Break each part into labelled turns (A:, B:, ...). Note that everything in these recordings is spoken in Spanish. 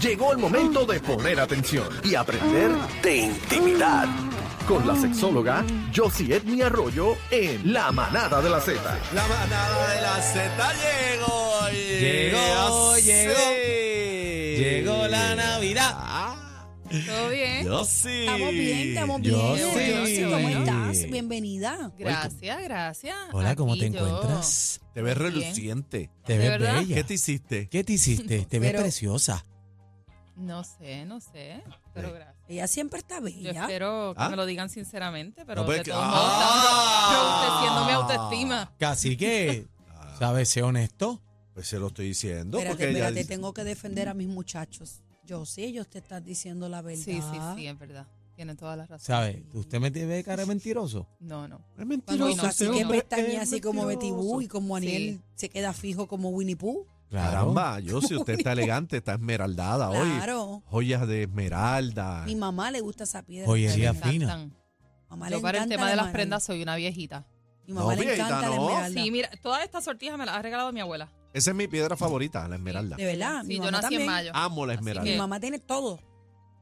A: Llegó el momento de poner atención y aprender de intimidad. Con la sexóloga Josie Edmi Arroyo en La Manada de la Z.
B: La manada de la Z llegó.
C: Llegó,
B: sí.
C: llegó. Llegó la Navidad.
D: Todo bien.
B: Ah, Yo sí.
E: Eh, Estamos bien, estamos bien.
C: Yo
E: Yo
C: sí.
E: sí, ¿Cómo estás? Bienvenida.
D: Gracias, gracias.
C: Hola, ¿cómo
D: Aquí
C: te
D: yo.
C: encuentras?
B: Te ves
D: Bien.
B: reluciente.
C: Te
D: ¿De
C: ves
D: verdad?
C: bella.
B: ¿Qué te hiciste?
C: ¿Qué te hiciste? Te ves
E: Pero-
C: preciosa.
D: No sé, no sé, pero gracias.
E: Ella siempre está
D: Yo
E: bella.
D: espero que
B: ¿Ah?
D: me lo digan sinceramente, pero
C: pues
B: No, pero
D: de
B: que-
D: todos
B: ¡Ah!
D: modos, produciendo mi autoestima.
C: Casi que,
B: Ah.
C: ¿sabes? Sé honesto.
B: Pues se lo estoy diciendo.
E: espérate,
B: porque ella
E: espérate,
B: dice-
E: tengo que defender a mis muchachos. Yo sí, ellos te están diciendo la verdad.
D: Sí, sí, sí, es verdad. Tienen toda la razón.
C: ¿Sabes? ¿Usted me ve cara de mentiroso?
D: No, no.
B: Es
E: Cuando
D: Pero
B: mentiroso.
D: no,
E: así
B: ese
E: que
B: hombre,
E: pestañea
B: es
E: así como Betty
B: mentiroso.
E: Boo y como Aniel se queda fijo como Winnie Pooh.
B: Caramba, yo si usted está elegante, está esmeraldada hoy.
E: Claro.
B: Joyas de esmeralda.
E: Mi mamá le gusta esa piedra.
C: Oye, sí,
D: Me
C: Ella
D: encantan.
E: mamá le
D: Yo para el
E: encanta
D: tema
E: la
D: de las
E: mara-
D: prendas soy una viejita.
E: Mi mamá
B: No,
E: le
B: viejita,
E: encanta la
B: no.
E: esmeralda.
D: Sí, mira, todas estas sortijas me las ha regalado mi abuela.
B: Esa es mi piedra favorita, la esmeralda.
E: De verdad, mi
D: Sí, yo
E: mamá
D: nací
E: también.
D: en mayo.
B: Amo la
D: Así que-
E: Mi
B: esmeralda.
D: Sí.
E: mamá tiene todo.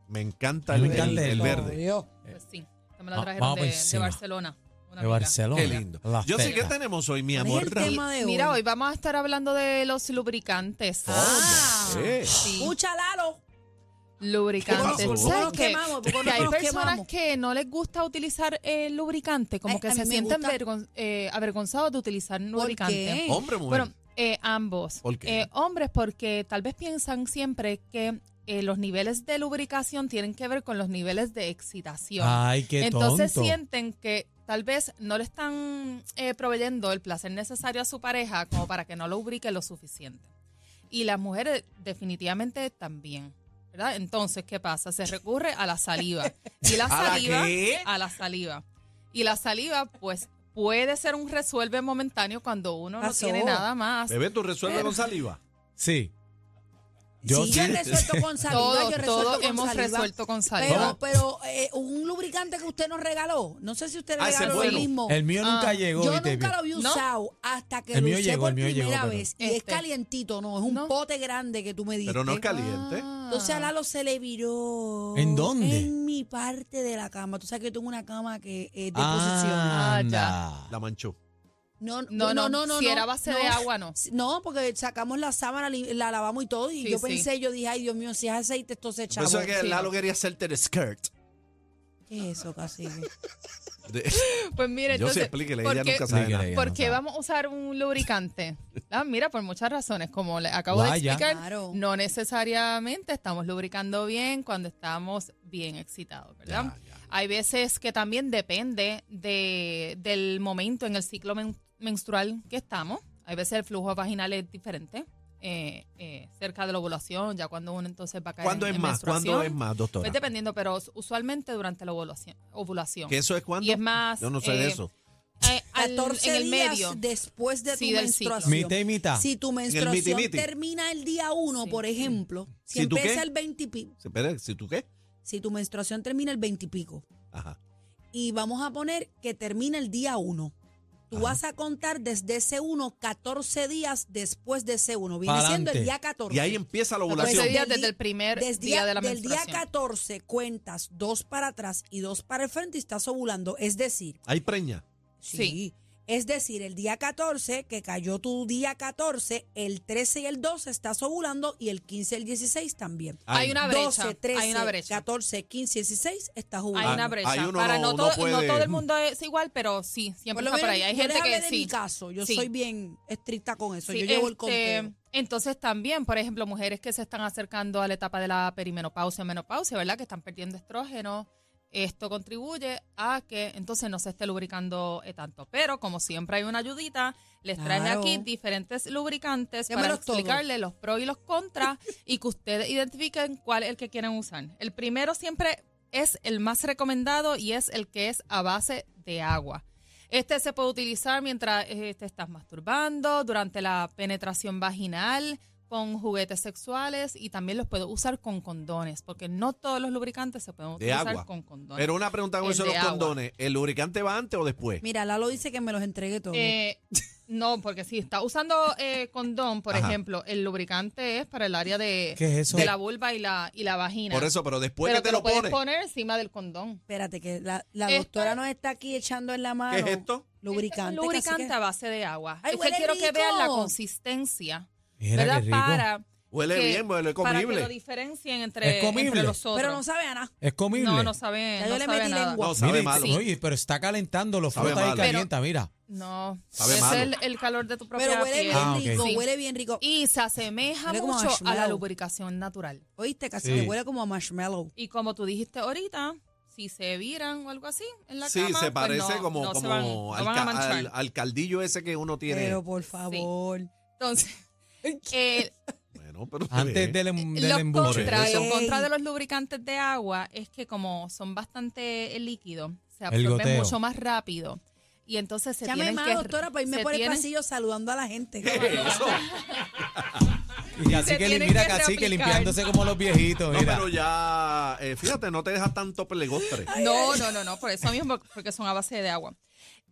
B: Me encanta
C: A mí
B: el,
C: me encanta
B: el- el
C: eso.
B: verde.
E: Dios.
D: Pues sí, esta me
C: Va-
D: la trajeron
C: Ah, vamos
D: de,
C: por
D: de
C: encima.
D: Barcelona. una
C: De
D: amiga.
C: Barcelona.
B: Qué lindo.
C: La
B: Yo sé que
C: feta.
B: tenemos hoy, mi
E: ¿Cuál
B: amor.
E: es el tema de hoy?
D: Mira, hoy vamos a estar hablando de los
C: Oh,
D: lubricantes.
E: Ah,
B: Eh,
D: Sí.
E: Escucha, Lalo.
D: lubricantes.
B: ¿Qué pasó?
D: ¿Sabes
E: Nos
D: qué?
E: quemamos, porque
D: Que hay
E: nos
D: personas
E: quemamos.
D: que no les gusta utilizar eh, lubricante, como
E: Ay,
D: que
E: a
D: se
E: mí me
D: sienten
E: gusta.
D: vergon- eh, avergonzados de utilizar
E: ¿Por
D: lubricante.
E: qué?
B: Hombre, o mujer.
D: Bueno, eh, ambos.
B: ¿Por qué?
D: Eh, hombres, porque tal vez piensan siempre que eh, los niveles de lubricación tienen que ver con los niveles de excitación.
C: Ay, qué
D: Entonces
C: tonto.
D: sienten que tal vez no le están eh, proveyendo el placer necesario a su pareja como para que no lo lubrique lo suficiente. Y las mujeres definitivamente también. ¿verdad? Entonces, ¿qué pasa? Se recurre a la saliva. Y la
B: ¿A la
D: saliva,
B: qué?
D: a la saliva. Y la saliva, pues, puede ser un resuelve momentáneo cuando uno
E: Pasó.
D: no tiene nada más.
B: Bebé, tú resuelves con saliva.
C: Sí. Yo
E: sí,
C: sí.
E: yo resuelto con saliva,
D: Todo,
E: yo resuelto
D: todo
E: con
D: hemos
E: saliva.
D: resuelto con saliva.
E: Pero, pero eh, un lubricante que usted nos regaló, no sé si usted
B: Ah, ese
E: regaló
B: bueno.
E: el mismo.
C: El mío nunca
D: Ah,
C: llegó.
E: yo
C: ¿viste?
E: nunca lo había
D: ¿No?
E: usado hasta que
C: El
E: lo
C: mío
E: usé
C: llegó,
E: por
C: el mío llegó,
E: primera
C: pero-
E: vez. Y es
D: Este.
E: calientito, no, es un
D: No.
E: pote grande que tú me diste.
B: Pero no es caliente.
E: Entonces a Lalo se le viró.
C: ¿En dónde?
E: En mi parte de la cama. Tú sabes que yo tengo una cama que es de posición.
D: Ah,
C: Anda.
B: La manchó.
E: No,
D: No, no, no, Si
E: no,
D: era base de
E: no.
D: agua, no.
E: No, porque sacamos la sábana, li- la lavamos y todo. Y
D: Sí,
E: yo
D: sí.
E: pensé, yo dije, ay, Dios mío, si es aceite, esto se
B: Por
E: echaba.
B: eso es que
D: sí.
B: Lalo quería hacerte el skirt.
E: ¿Qué es eso, cacique?
B: De-
D: Pues mire,
B: yo sí
D: entonces,
B: explíquele,
D: ¿por
B: ella
D: qué-
B: nunca sabe nada.
C: Explíquele.
D: ¿Por
C: no
D: qué
C: sabe.
D: vamos a usar un lubricante? Ah, mira, por muchas razones, como le acabo
C: Vaya.
D: de explicar,
E: Claro.
D: no necesariamente estamos lubricando bien cuando estamos bien excitados, ¿verdad?
B: Ya, ya.
D: Hay veces que también depende de, del momento en el ciclo men- menstrual que estamos. Hay veces el flujo vaginal es diferente, eh, eh, cerca de la ovulación, ya cuando uno entonces va a caer
B: ¿Cuándo
D: en,
B: es
D: en
B: más? ¿Cuándo
D: menstruación.
B: es más, doctora?
D: Pues dependiendo, pero usualmente durante la ovulación. ovulación.
B: ¿Que eso es cuándo?
D: Y es más,
B: Yo no sé de
D: eh,
B: eso.
D: Eh, al-
E: 14
D: en el
E: días
D: medio.
E: después de
D: Sí,
E: tu
D: del ciclo.
E: menstruación.
C: Mitad y mitad.
E: Si tu menstruación
B: miti-miti.
E: termina el día 1,
D: Sí.
E: por ejemplo, si,
B: ¿Si tú
E: empieza
B: qué?
E: el 20 y pico,
B: Espera, ¿si tú qué?
E: si tu menstruación termina el 20 y pico,
B: Ajá.
E: y vamos a poner que termina el día 1, tú
B: Ajá.
E: vas a contar desde ese 1 14 días después de ese 1. Viene siendo
C: Pa'lante.
E: el día 14.
B: Y ahí em- empieza la
D: Pues
B: ovulación.
D: ese día
E: Del
D: desde
E: día-
D: el primer
E: Desde
D: día de la
E: del día
D: menstruación.
E: 14 cuentas dos para atrás y dos para el frente y estás ovulando. Es decir,
B: Hay preña.
E: Sí.
D: Sí.
E: Es decir, el día 14, que cayó tu día 14, el 13 y el 12 estás ovulando y el 15 y el 16 también.
D: Hay una brecha.
E: 12, 13,
D: hay una brecha.
E: 14, 15 y 16 estás ovulando.
D: Hay una
B: Ah,
D: brecha.
B: ahí uno
D: Para
B: no-
D: no,
B: no
D: todo, no
B: puede.
D: todo el mundo es igual, pero sí,
E: Por
D: siempre
E: lo
D: está por
E: menos,
D: ahí. Hay
E: yo
D: gente
E: les hablé
D: que
E: de
D: sí.
E: mi caso, yo
D: Sí.
E: soy bien estricta con eso,
D: sí,
E: yo llevo el
D: este,
E: conteo.
D: entonces también, por ejemplo, mujeres que se están acercando a la etapa de la perimenopausia, menopausia, ¿verdad? Que están perdiendo estrógeno. Esto contribuye a que entonces no se esté lubricando eh, tanto. Pero como siempre hay una ayudita, les traje
E: Claro.
D: aquí diferentes lubricantes para
E: Démelos todos.
D: explicarle los pros y los contras y que ustedes identifiquen cuál es el que quieren usar. El primero siempre es el más recomendado y es el que es a base de agua. Este se puede utilizar mientras eh, te estás masturbando, durante la penetración vaginal, con juguetes sexuales y también los puedes usar con condones, porque no todos los lubricantes se pueden
B: De
D: utilizar
B: agua.
D: con condones.
B: Pero una pregunta con
D: El
B: eso de
D: de
B: los
D: agua.
B: condones. ¿El lubricante va antes o después?
E: Mira, Lalo dice que me los entregue todos.
D: Eh, No, porque si está usando eh, condón, por
B: Ajá.
D: ejemplo, el lubricante es para el área de,
C: ¿Qué es eso?
D: de la vulva y la, y la vagina.
B: Por eso, pero después
D: Pero
B: que te,
D: lo,
B: lo
D: puedes
B: pones.
D: poner encima del condón.
E: Espérate, que la, la
D: Esto-
E: doctora nos está aquí echando en la mano.
B: ¿Qué es esto?
E: Lubricante.
D: Este
E: este
D: Es un lubricante a base de agua.
E: Ay,
D: es que
E: huele
D: quiero que
E: rico.
D: vean la consistencia,
C: Mira
D: ¿verdad?
C: qué rico.
D: Para
B: Huele
D: que-
B: bien, huele
D: para que lo
B: comible.
D: diferencien entre,
C: ¿Es comible?
D: entre los
E: Cacique.
D: otros.
E: Pero no sabe Ana.
C: Es comible.
D: no, no sabe,
E: Ya
D: no
E: yo le
D: sabe
E: metí
D: nada.
E: lengua.
B: No, sabe
C: Mire,
B: malo.
C: Oye, pero está calentando, lo
B: Sabe
C: frota y
B: malo.
C: calienta, mira.
D: No,
B: Sabe
D: es
B: malo.
D: el, el calor de tu propia
E: Pero huele
D: piel.
E: bien
C: Ah, ok.
E: rico,
D: Sí.
E: huele bien rico.
D: Y se asemeja
E: Huele como
D: mucho a la
E: marshmallow.
D: lubricación natural.
E: Oíste, casi
C: Sí.
E: me huele como a marshmallow.
D: Y como tú dijiste ahorita, si se viran o algo así en la
B: Sí,
D: cama,
B: se
D: pues
B: parece
D: no-
B: como,
D: no se
B: como
D: van, no
B: al,
D: van a
B: ca-
D: manchar.
B: al- al caldillo ese que uno tiene.
E: Pero por favor.
D: Entonces, eh,
B: bueno, pero
C: Antes del, em- del
D: lo
C: embuche.
D: contra,
E: Eso.
D: lo contra de los lubricantes de agua es que como son bastante eh, líquidos, se absorben
C: goteo.
D: mucho más rápido. Y entonces se
E: Llame
D: tienen
E: más,
D: que...
E: doctora, pues, para irme
D: se
E: por el
D: tienen-
E: pasillo saludando a la gente.
B: Eso.
C: Y así
D: Se
C: que
D: tienen
C: mira
D: que
C: casi que
D: reaplicar.
C: limpiándose como los viejitos,
B: No,
C: mira.
B: pero ya, eh, fíjate, no te deja tanto pelegostre.
D: No, no, no, no, por eso mismo, porque son a base de agua.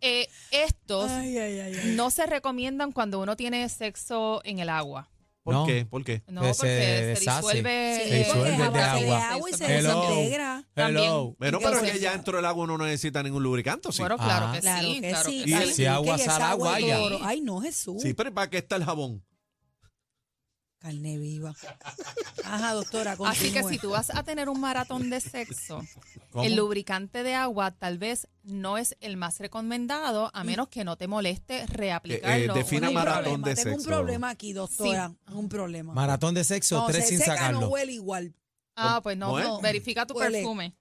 D: Eh, estos
E: Ay, ay, ay, ay.
D: no se recomiendan cuando uno tiene sexo en el agua.
B: ¿Por
C: No.
B: qué? ¿Por qué?
D: No,
C: Que se
D: porque se,
C: deshace.
D: disuelve.
E: Sí,
C: Se
D: eh,
E: porque
C: disuelve
E: es
C: de
E: a base de
C: agua.
E: agua y se
C: Hello.
E: desintegra.
C: Hello.
B: Bueno, pero es
D: Entonces-
B: que ya dentro del agua uno no necesita ningún lubricante, ¿o sí?
D: Bueno, claro
C: Ah.
D: que
E: Claro
D: sí,
E: que
D: claro
E: sí.
D: que
C: Y
D: sí.
E: Ay,
C: si
E: que
C: agua
E: esa
C: sal, agua
E: es
D: ya.
E: oro. Ay, no, Jesús.
D: uh.
B: Sí, pero ¿y ¿para qué está el jabón?
E: Carne viva. Ajá, doctora,
D: Así que
E: continúe.
D: si tú vas a tener un maratón de sexo,
C: ¿Cómo?
D: el lubricante de agua tal vez no es el más recomendado, a menos que no te moleste reaplicarlo.
B: Eh, eh, defina
D: una y
E: Tengo un
D: otra
B: maratón
D: vez.
E: problema,
B: de
E: Tengo un
B: sexo.
E: problema aquí, doctora. Un problema.
C: Maratón de sexo,
E: no,
C: tres
E: se
C: sin
E: seca, no
C: sacarlo.
E: huele igual.
D: Ah, pues no,
B: ¿Cómo es?
D: no, verifica tu
E: Huele.
D: perfume.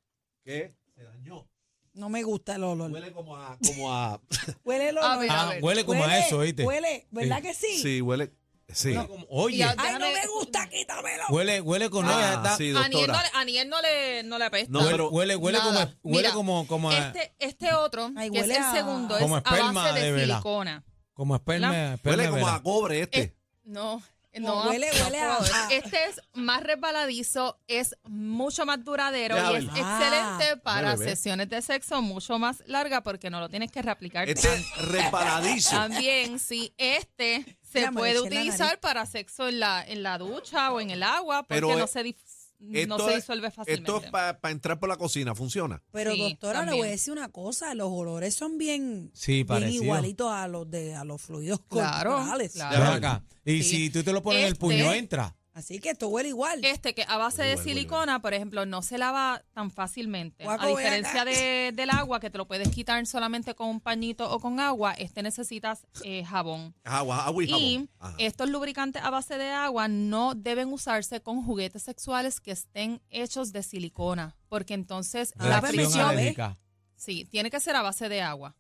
B: ¿Qué? Se dañó.
E: No me gusta el olor. Huele,
B: Huele como a... Como a
E: el
D: A
E: olor.
D: ver, a
C: ah,
D: ver.
C: huele como a eso, ¿oíste?
E: Huele, ¿verdad
C: Sí.
E: que sí?
B: sí, huele... Sí.
C: Huele como- Oye,
D: Ya-
E: Ay, no
D: Déjame-
E: me gusta, quítamelo.
C: huele, huele con
B: Ah,
C: ya está-
B: sí,
D: A Aniel no,
B: doctora.
D: le- a Aniel no le, no le apesta.
B: No,
C: huele,
B: pero-
C: huele, huele como,
D: Nada.
C: a- huele
D: Mira,
C: como, como, a-
D: Este, este otro,
E: Ay,
D: que es
E: huele
D: el
E: a-
D: segundo, es
C: Como
D: a
C: esperma
D: base de,
C: de vela.
D: silicona.
C: como esperma, esperma
B: Huele
C: de
B: como
C: vela.
B: a cobre este.
D: Es- No, no.
E: huele-
D: no
E: huele a-
D: puedo.
E: a-
D: Este es más resbaladizo, es mucho más duradero
B: Ya
D: y es
B: ven.
E: Ah,
D: excelente para
B: bebé.
D: sesiones de sexo mucho más largas porque no lo tienes que reaplicar
B: Este es reparadizo.
D: También, sí, este se
E: Mira, me
D: puede
E: eché la nariz.
D: utilizar para sexo en la, en la ducha o en el agua porque
B: Pero,
D: no
B: eh,
D: se, dif- no
B: Esto
D: se
B: es-
D: disuelve fácilmente.
B: Esto es para entrar por la cocina, funciona.
E: Pero
D: Sí,
E: doctora, le voy a
D: también.
E: decir una cosa, los olores son bien,
C: Sí,
E: bien
C: parecido.
E: igualitos a los de a los fluidos
D: Claro,
E: corporales.
D: claro.
C: Ven acá. Y
D: Sí.
C: si tú te lo pones en el
D: Este-
C: puño, entra.
E: Así que esto huele igual.
D: Este que a base
B: Huele,
D: de
B: huele,
D: silicona, por ejemplo, no se lava tan fácilmente.
E: Guaco,
D: a
E: ven
D: diferencia
E: acá.
D: de- del agua, que te lo puedes quitar solamente con un pañito o con agua, este necesitas eh, jabón.
B: Agua, agua y
D: Y eh,
B: jabón. Ajá.
D: estos lubricantes a base de agua no deben usarse con juguetes sexuales que estén hechos de silicona, porque entonces
E: Ah,
D: la
C: Reacción
E: pues, presión.
D: fricción,
E: sabe.
C: alérgica.
D: sí, tiene que ser a base de agua.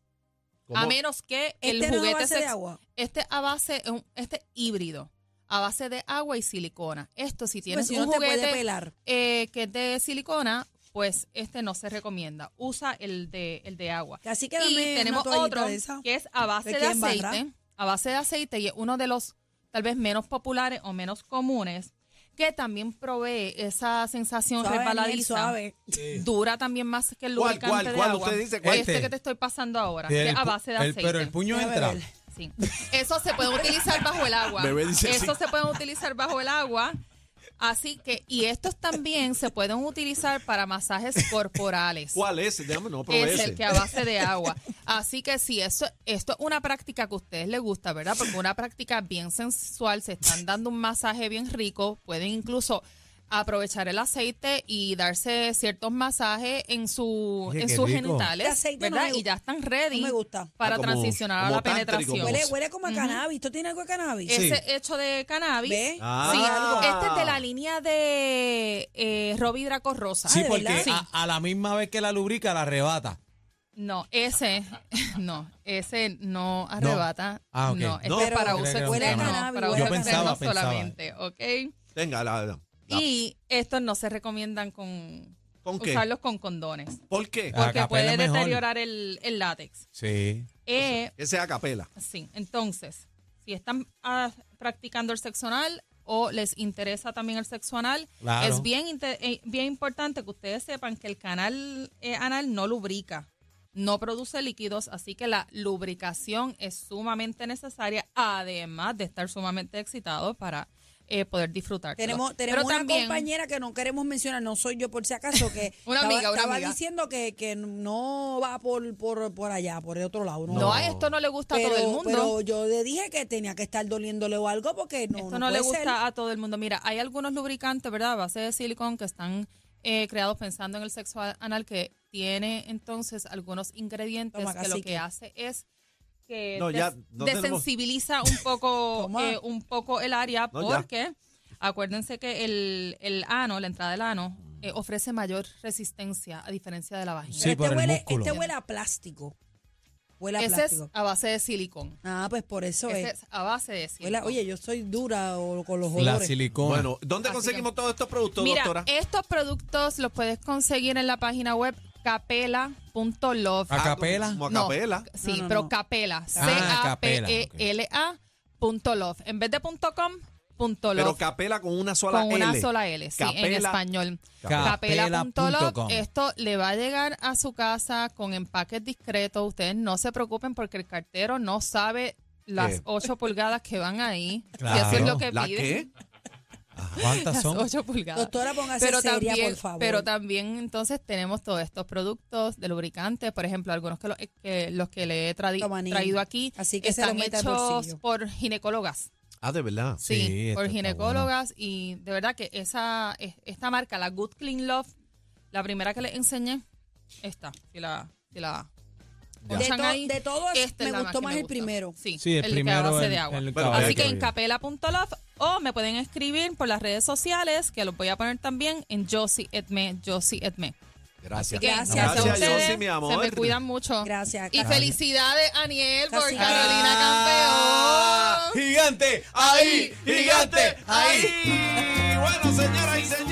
D: A
B: ¿Cómo?
D: menos que el
E: este no es a
D: juguete
E: base de
D: sex-
E: agua.
D: este a base un- este híbrido a base de agua y silicona. Esto si
E: Pues
D: tienes
E: si
D: un
E: no te puede
D: juguete
E: pelar.
D: eh, que es de silicona, pues este no se recomienda. Usa el de, el de agua.
E: Así que dame
D: Y
E: una
D: tenemos
E: toallita
D: otro
E: de esa.
D: que es a base
E: ¿De
D: de
E: quién,
D: aceite.
E: Barra?
D: A base de aceite y es uno de los tal vez menos populares o menos comunes que también provee esa sensación
E: Suave, Daniel,
D: resbaladiza.
E: suave.
D: Dura también más que el
B: ¿Cuál,
D: lubricante
B: cuál,
D: de
B: cuál?
D: agua.
B: Usted dice,
C: ¿cuál?
D: Este que te estoy pasando ahora, que es
C: El
D: a
C: pu-
D: base de
C: el-
D: aceite.
C: pero el puño
E: Déjame
C: entra.
E: ver.
D: Sí. Eso se puede utilizar bajo el agua.
B: Bebé dice
D: Eso
B: sí.
D: se puede utilizar bajo el agua. Así que, y estos también se pueden utilizar para masajes corporales.
B: ¿Cuál es? Déjame, no, pero
D: Es
B: ese.
D: el que a base de agua. Así que si eso, esto es una práctica que a ustedes les gusta, ¿verdad? Porque una práctica bien sensual, se están dando un masaje bien rico, pueden incluso aprovechar el aceite y darse ciertos masajes en su
C: Oye,
D: en
C: qué
D: sus
C: rico.
E: El
D: genitales,
E: aceite no
D: ¿verdad?
E: me gu-
D: y ya están ready
E: no me gusta.
D: para
B: Ah, como-
D: transicionar
B: como
D: a la
B: tántrico,
D: penetración.
B: como-
E: Huele, huele como a cannabis. ¿Esto tiene algo de cannabis?
C: Sí.
D: Ese hecho de cannabis.
E: ¿Ve?
B: Ah.
D: Sí,
B: algo.
D: este es de la línea de eh, Robbie Draco Rosa.
C: Sí,
E: ¿de
C: porque
E: verdad?
C: a, a la misma vez que la lubrica, la arrebata.
D: No, ese, no, ese no arrebata. No,
C: Ah, ok.
D: no,
C: No,
D: este es para
E: pero
D: uso
C: creo que
D: externo.
C: no, no.
D: para uso
E: Yo
D: externo
C: pensaba, pensaba.
D: solamente, ¿ok?
B: Venga, la, la- la-
D: Y estos no se recomiendan con,
B: ¿Con qué?
D: usarlos con condones.
B: ¿Por qué?
C: Ah.
D: Porque
C: capela
D: puede
C: es mejor. Pues
D: deteriorar el, el látex.
C: Sí.
D: Eh,
B: Ese es a capela.
D: Sí, entonces, si están ah, practicando el sexo anal o les interesa también el sexo anal,
C: Claro.
D: es bien, inte- eh, bien importante que ustedes sepan que el canal eh, anal no lubrica. no produce líquidos, así que la lubricación es sumamente necesaria, además de estar sumamente excitado para eh, poder disfrutar.
E: Tenemos, tenemos una compañera que no queremos mencionar, no soy yo por si acaso, que
D: Una
E: estaba,
D: amiga, una
E: estaba
D: amiga.
E: diciendo que, que no va por, por, por allá, por el otro lado. No,
D: No, a esto no le gusta
E: pero,
D: a todo el mundo.
E: pero yo le dije que tenía que estar doliéndole o algo porque no,
D: Esto no,
E: no
D: le
E: puede
D: gusta
E: ser.
D: a todo el mundo. Mira, hay algunos lubricantes, ¿verdad? A base de silicón que están eh, creados pensando en el sexo anal que tiene entonces algunos ingredientes
E: Toma,
D: que lo
E: cacique.
D: que hace es que
B: No, ya,
D: des-
B: no tenemos-
D: desensibiliza un poco
E: Toma.
D: eh, un poco el área
B: No, ya.
D: porque acuérdense que el, el ano, la entrada del ano
B: Mm.
D: eh, ofrece mayor resistencia a diferencia de la vagina.
C: Sí,
E: Pero
C: por
E: este,
C: el
E: huele,
C: músculo.
E: este huele a plástico. Huele a
D: Ese es
E: plástico.
D: a base de silicón.
E: Ah, pues por eso
D: Ese
E: es.
D: es a base de silicón.
E: Huele a- oye, yo soy dura o- con los
C: La
E: olores.
C: silicona.
B: Bueno, ¿dónde
D: Así
B: conseguimos todos estos productos,
D: Mira, eh,
B: doctora?
D: estos productos los puedes conseguir en la página web capela.love.
C: Ah, Acapela.
B: como
D: No,
B: acapela.
D: sí,
E: No, Ah, no,
D: pero
E: no.
D: capela.
C: Capela,
D: C-A-P-E-L-A E punto love. En vez de punto com, punto love.
B: Pero capela con una sola
D: con
B: L.
D: una sola L, sí, en
B: Capela.
D: español.
C: Capela.
D: Capela.love.
C: Capela.com.
D: Esto le va a llegar a su casa con empaques discretos. Ustedes no se preocupen porque el cartero no sabe las
B: Eh.
D: 8 pulgadas que van ahí. si
C: Claro.
D: eso es lo que
B: ¿La
D: piden.
B: qué?
C: Ah, ¿Cuántas
D: Las
C: son?
D: 8 pulgadas.
E: Doctora, póngase
D: Pero
E: seria,
D: también,
E: por favor.
D: pero también entonces tenemos todos estos productos de lubricantes, por ejemplo, algunos que, lo- eh, que los que le he tradi-
E: Toma, niña.
D: traído aquí
E: Así que se lo
D: están
E: meta al
D: hechos
E: bolsillo.
D: por ginecólogas.
B: Ah, de verdad.
D: Sí,
C: Sí, esto
D: por
C: está
D: ginecólogas y de verdad que esa es- esta marca, la Good Clean Love, la primera que les enseñé, esta, si la, si la
E: Ya.
D: escuchan
E: De to- de todos,
D: esta es
E: me
D: la
E: gustó
D: este que
E: más
D: me
E: el primero.
D: Sí,
C: Sí, el
D: el, que
C: primero,
D: a base
C: el-
D: de agua.
C: el
B: que a base
D: Así
B: de
D: que en
B: agua.
D: capela.love o me pueden escribir por las redes sociales, que los voy a poner también en Josie Edme, Josie Edme. Así
B: Gracias.
D: que
E: Gracias,
D: gracias, a
E: Gracias,
D: ustedes.
B: Josie, mi amor.
D: Se me cuidan mucho.
E: Gracias,
D: Y
E: Carolina.
D: felicidades, Aniel, por
E: Casi.
D: Carolina
B: Ah,
D: Campeón.
B: ¡Gigante! ¡Ahí! ¡Gigante! ¡Ahí! Bueno, señoras y señores.